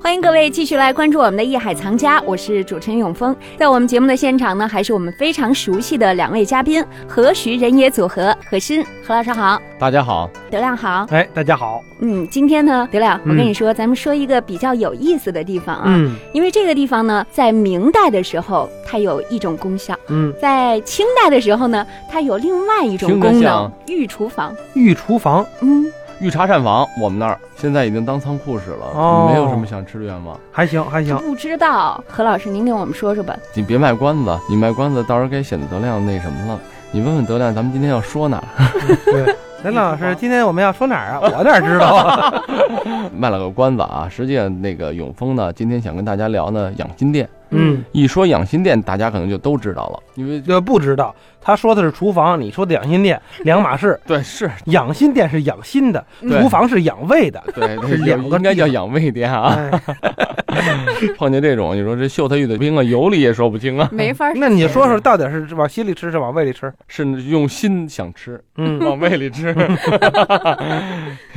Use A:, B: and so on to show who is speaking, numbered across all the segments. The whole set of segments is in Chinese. A: 欢迎各位继续来关注我们的《艺海藏家》，我是主持人永峰。在我们节目的现场呢，还是我们非常熟悉的两位嘉宾——何许人也组合何欣，何老师好，
B: 大家好，
A: 德亮好。
C: 哎，大家好。
A: 嗯，今天呢，德亮，我
C: 嗯
A: 跟你说，咱们说一个比较有意思的地方啊，
C: 嗯
A: 因为这个地方呢，在明代的时候它有一种功效，
C: 嗯，
A: 在清代的时候呢，它有另外一种
B: 听着
A: 功能
B: 像
A: ——御厨房。
C: 御厨房
A: 嗯，
B: 御茶膳房，我们那儿现在已经当仓库使了，
C: 哦
B: 没有什么想吃的愿望。
C: 还行还 行。
A: 嗯不知道何老师，您给我们说说吧。
B: 你别卖关子，你卖关子到时候该显得德亮那什么了。你问问德亮，咱们今天要说哪儿？
C: 嗯对，任老师，今天我们要说哪儿啊？我哪知道啊？
B: 卖了个关子啊！实际上，那个永丰呢，今天想跟大家聊呢养心殿。
C: 嗯，
B: 一说养心殿，大家可能就都知道了，因为
C: 这不知道。他说的是厨房，你说的养心殿，两码事。
B: 对是
C: 养心殿是养心的，
B: 对
C: 厨房是养胃的。
B: 对，
C: 是 两个
B: 应该
C: 地
B: 叫
C: 方
B: 养胃殿啊。
C: 哎，
B: 碰见这种，你说这秀才遇到兵啊，有理也说不清啊，
A: 没法
C: 那你说说，到底是往心里吃，是往胃里吃？
B: 是用心想吃，
C: 嗯
B: 往胃里吃。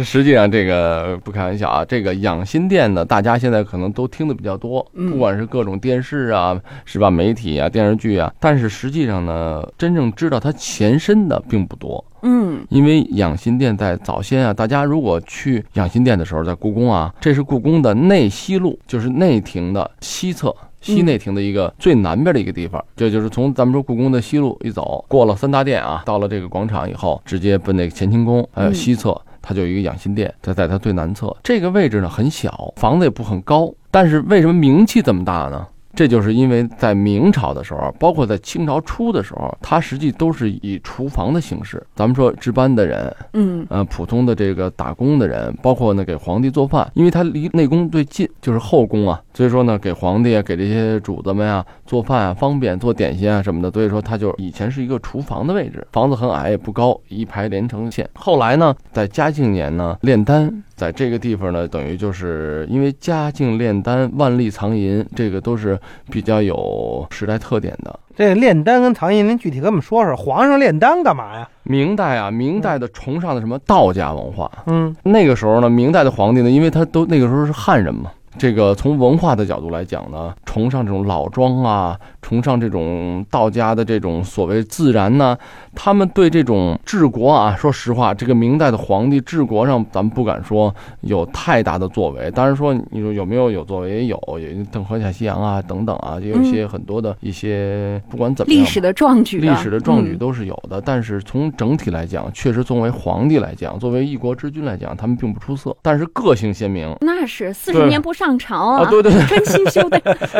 B: 实际上，这个不开玩笑啊，这个养心殿呢，大家现在可能都听的比较多，
A: 嗯
B: 不管是各种电视啊，是吧，媒体啊，电视剧啊，但是实际上呢，真正知道它前身的并不多，
A: 嗯
B: 因为养心殿在早先啊，大家如果去养心殿的时候，在故宫啊，这是故宫的内西路，就是内廷的西侧。西内廷的一个最南边的一个地方，这就是从咱们说故宫的西路一走，过了三大殿啊，到了这个广场以后，直接奔那个乾清宫，呃，
A: 嗯
B: 西侧它就有一个养心殿，它在它最南侧。这个位置呢很小，房子也不很高，但是为什么名气这么大呢？这就是因为在明朝的时候，包括在清朝初的时候，它实际都是以厨房的形式。咱们说值班的人，
A: 嗯
B: 呃，普通的这个打工的人，包括呢给皇帝做饭，因为他离内宫最近，就是后宫啊，所以说呢给皇帝啊，给这些主子们啊做饭啊方便，做点心啊什么的，所以说他就以前是一个厨房的位置，房子很矮也不高，一排连成线。后来呢，在嘉靖年呢炼丹。在这个地方呢，等于就是因为嘉靖炼丹、万历藏银，这个都是比较有时代特点的。
C: 这炼丹跟唐寅，您具体跟我们说说，皇上炼丹干嘛呀？
B: 明代啊，明代的崇尚的什么道家文化，啊
C: 嗯
B: 那个时候呢，明代的皇帝呢，因为他都那个时候是汉人嘛，这个从文化的角度来讲呢，崇尚这种老庄啊，崇尚这种道家的这种所谓自然呐，他们对这种治国啊，说实话，这个明代的皇帝治国上，咱们不敢说有太大的作为，当然说你说有没有有作为也有，也邓河下西洋啊等等啊，也有一些很多的一些不管怎么样
A: 历
B: 吧
A: 史的壮举
B: 历
A: 啊，
B: 史的壮举
A: 嗯
B: 都是有的，但是从整体来讲，确实作为皇帝来讲，作为一国之君来讲，他们并不出色，但是个性鲜明。
A: 那是四十
B: 对
A: 年不上朝
B: 啊，
A: 啊，
B: 对对对，
A: 真心修的。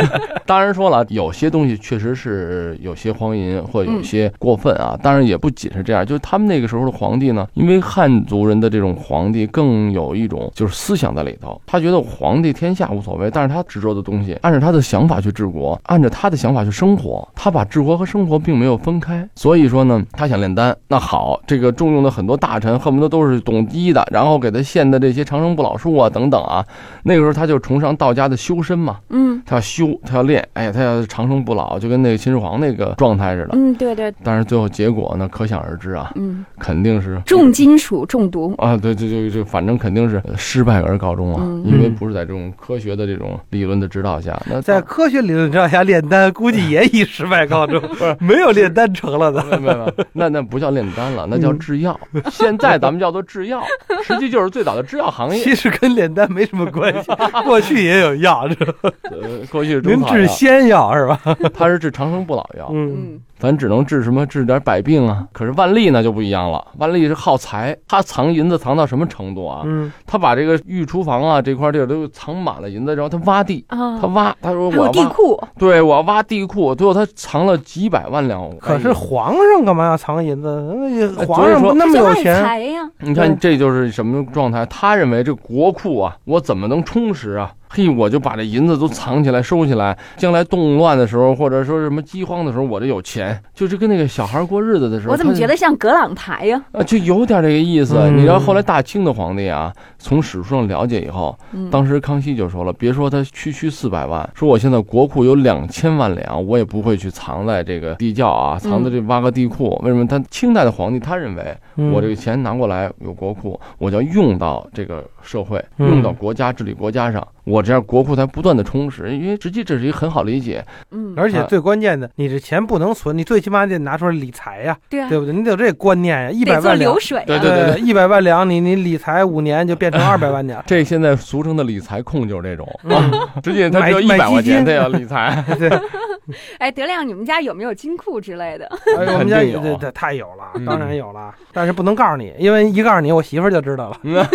B: 当然说了，有些东西确实是有些荒淫或有
A: 嗯
B: 些过分啊。当然也不仅是这样，就是他们那个时候的皇帝呢，因为汉族人的这种皇帝更有一种就是思想在里头，他觉得皇帝天下无所谓，但是他执着的东西，按照他的想法去治国，按照他的想法去生活，他把治国和生活并没有分开。所以说呢，他想炼丹，那好，这个重用的很多大臣恨不得都是懂医的，然后给他献的这些长生不老术啊等等啊。那个时候他就崇尚道家的修身嘛，
A: 嗯
B: 他要修，他要练，哎呀，他要长生不老，就跟那个秦始皇那个状态似的。
A: 嗯，对对，
B: 但是最后结果呢，可想而知啊，
A: 嗯，
B: 肯定是
A: 重金属中毒。
B: 啊，对对对对，反正肯定是呃失败而告终啊，
A: 嗯
B: 因为不是在这种科学的这种理论的指导下，那哦
C: 在科学理论之下炼丹，估计也以失败告终，没有炼丹成了的。
B: 没有没有， 那那不叫炼丹了，那
A: 嗯
B: 叫制药。现在咱们叫做 制药，实际就是最早的制药行业。
C: 其实跟炼丹没什么关系，过去也有药，这
B: 呃，过去是中
C: 您
B: 草
C: 治
B: 药，
C: 仙药是吧？
B: 它是治长生不老药，
C: 嗯，
A: 嗯
B: 咱只能治什么治点百病啊。可是万历呢就不一样了，万历是耗财，他藏银子藏到什么程度啊？
C: 嗯，
B: 他把这个御厨房啊这块地儿都藏满了银子，然后他挖地，
A: 啊
B: 他，挖，他说
A: 还
B: 我
A: 有
B: 要
A: 地
B: 挖，
A: 库。
B: 对我要挖地库，最后他藏了几百万两。
C: 可
B: 哎
C: 是
B: 呦
C: 皇上干嘛要藏银子？那
B: 哎
C: 皇上不那么有钱，
A: 呀，
B: 你看这就是什么状态？他认为这国库啊，我怎么能充实啊？嘿，我就把这银子都藏起来、收起来，将来动乱的时候，或者说什么饥荒的时候，我这有钱哎，就是跟那个小孩过日子的时候，
A: 我怎么
B: 他
A: 觉得像葛朗台呀？
B: 啊，就有点这个意思。
C: 嗯
B: 你知道后来大清的皇帝啊，从史书上了解以后，
A: 嗯，
B: 当时康熙就说了，别说他区区四百万，说我现在国库有两千万两，我也不会去藏在这个地窖啊，藏在这挖个地库。为什么？他清代的皇帝他认为，
C: 嗯
B: 我这个钱拿过来有国库，我就要用到这个社会，
C: 嗯
B: 用到国家治理国家上，我这样国库才不断的充实。因为实际这是一个很好理解，
A: 嗯，
C: 而且最关键的，你这钱不能存，你最起码得拿出来理财呀，
A: 对啊，
C: 对不对？你得有这观念呀，一百
A: 得做
C: 万两呃
A: 流，水啊，
B: 对对对，
C: 一百万两，你你理财五年就变成二百万两
B: 这现在俗称的理财控就是这种，啊
C: 嗯
B: 实际他只有一
C: 买买
B: 百
C: 基
B: 块钱，
C: 金
B: 他要理财。
C: 对，
A: 哎，德亮，你们家有没有金库之类的？
C: 哎我们家
B: 肯定
C: 也
B: 有
C: 对对，太有了
B: 嗯，
C: 当然有了，但是不能告诉你，因为一告诉你，我媳妇儿就知道了。
B: 嗯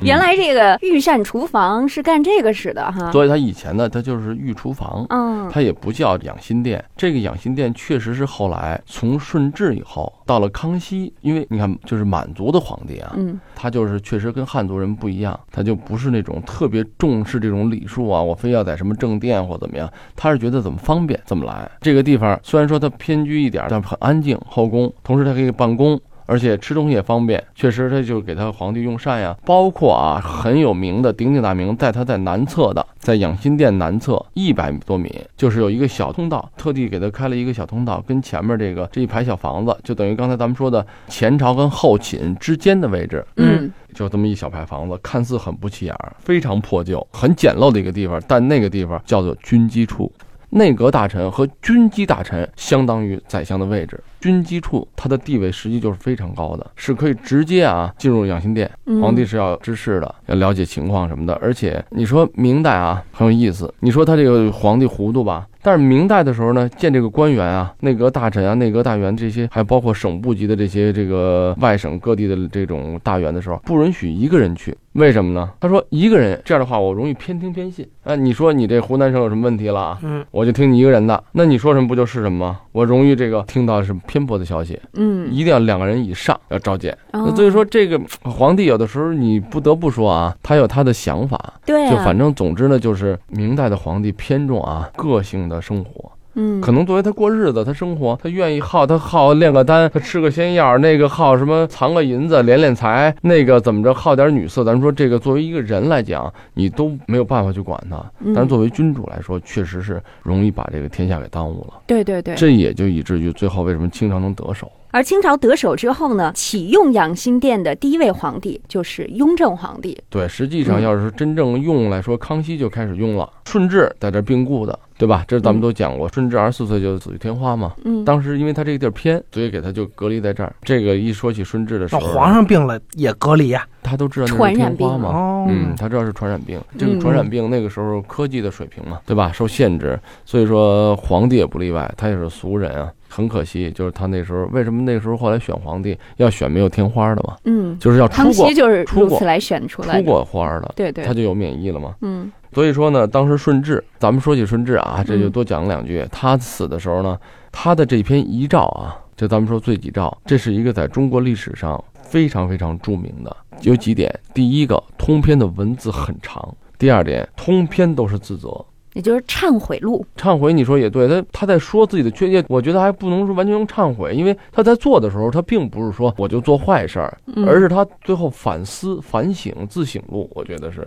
A: 原来这个御膳厨房是干这个使的哈。
B: 所以他以前呢，他就是御厨房，
A: 嗯，
B: 它也不叫养心殿。这个养心殿确实是后来从顺治以后到了康熙，因为你看，就是满族的皇帝啊，
A: 嗯
B: 他就是确实跟汉族人不一样，他就不是那种特别重视这种礼数啊，我非要在什么正殿或怎么样，他是觉得怎么方便怎么来。这个地方虽然说它偏居一点，但很安静，后宫，同时它可以办公。而且吃东西也方便，确实他就给他皇帝用膳呀，包括啊很有名的鼎鼎大名，在他在南侧的，在养心殿南侧一百多米，就是有一个小通道，特地给他开了一个小通道，跟前面这个这一排小房子，就等于刚才咱们说的前朝跟后寝之间的位置，
A: 嗯
B: 就这么一小排房子，看似很不起眼儿，非常破旧，很简陋的一个地方，但那个地方叫做军机处。内阁大臣和军机大臣相当于宰相的位置，军机处他的地位实际就是非常高的，是可以直接啊进入养心殿，
A: 嗯，
B: 皇帝是要知事的，要了解情况什么的。而且你说明代啊很有意思，你说他这个皇帝糊涂吧，但是明代的时候呢，见这个官员啊、内阁大臣啊、内阁大员这些，还包括省部级的这些这个外省各地的这种大员的时候，不允许一个人去。为什么呢？他说一个人这样的话，我容易偏听偏信。啊，你说你这湖南省有什么问题了啊？
C: 嗯，
B: 我就听你一个人的，那你说什么不就是什么吗？我容易这个听到是偏颇的消息，
A: 嗯，
B: 一定要两个人以上要召见。
A: 哦
B: 那所以说，这个嗯皇帝有的时候你不得不说啊，他有他的想法。
A: 对啊，
B: 就反正总之呢，就是明代的皇帝偏重啊个性的生活，
A: 嗯，
B: 可能作为他过日子，他生活，他愿意耗，他耗炼个丹，他吃个仙药，那个耗什么藏个银子，敛敛财，那个怎么着耗点女色。咱们说这个作为一个人来讲，你都没有办法去管他，
A: 嗯
B: 但是作为君主来说，确实是容易把这个天下给耽误了。
A: 对对对，
B: 这也就以至于最后为什么清朝能得手。
A: 而清朝得手之后呢，启用养心殿的第一位皇帝就是雍正皇帝。
B: 对，实际上
A: 嗯
B: 要是真正用来说，康熙就开始用了。顺治在这病故的，对吧？这咱们都讲过，顺治二十四岁就死于天花嘛。
A: 嗯，
B: 当时因为他这个地儿偏，所以给他就隔离在这儿。这个一说起顺治的时
C: 那
B: 候，
C: 皇上病了也隔离呀。
B: 他都知道那
A: 传
B: 是
A: 染
B: 天
A: 病
B: 花嘛，
C: 哦，
B: 嗯，他知道是传染病，这
A: 嗯
B: 个传染病那个时候科技的水平嘛，对吧？受限制，所以说皇帝也不例外，他也是俗人啊。很可惜，就是他那时候为什么那时候后来选皇帝要选没有天花的嘛，
A: 嗯，
B: 就是要出
A: 康
B: 过
A: 熙就是
B: 出
A: 如
B: 过
A: 此来选出来
B: 出
A: 的。
B: 过花儿的，
A: 对对
B: 他，就有免疫了嘛。
A: 嗯
B: 所以说呢，当时顺治，咱们说起顺治啊，这就多讲两句。他死的时候呢，他的这篇遗诏啊，这咱们说罪己诏，这是一个在中国历史上非常非常著名的，有几点：第一个，通篇的文字很长；第二点，通篇都是自责。
A: 也就是忏悔录。
B: 忏悔，你说也对，他他在说自己的缺陷，我觉得还不能说完全用忏悔，因为他在做的时候，他并不是说我就做坏事儿，
A: 嗯
B: 而是他最后反思、反省、自省路，我觉得是。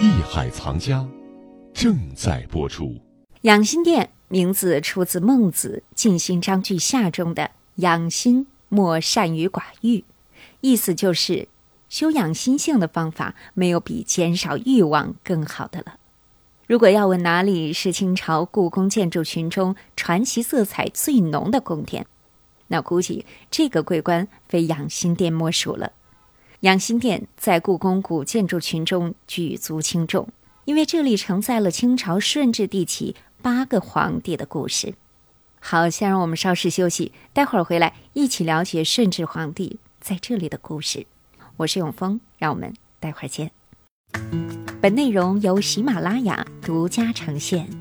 D: 艺海藏家正在播出。
A: 养心殿名字出自《孟子·尽心章句下》中的“养心，莫善于寡欲”，意思就是修养心性的方法没有比减少欲望更好的了。如果要问哪里是清朝故宫建筑群中传奇色彩最浓的宫殿，那估计这个桂冠非养心殿莫属了。养心殿在故宫古建筑群中举足轻重，因为这里承载了清朝顺治帝起八个皇帝的故事。好，先让我们稍事休息，待会儿回来一起了解顺治皇帝在这里的故事。我是永峰，让我们待会儿见。本内容由喜马拉雅独家呈现。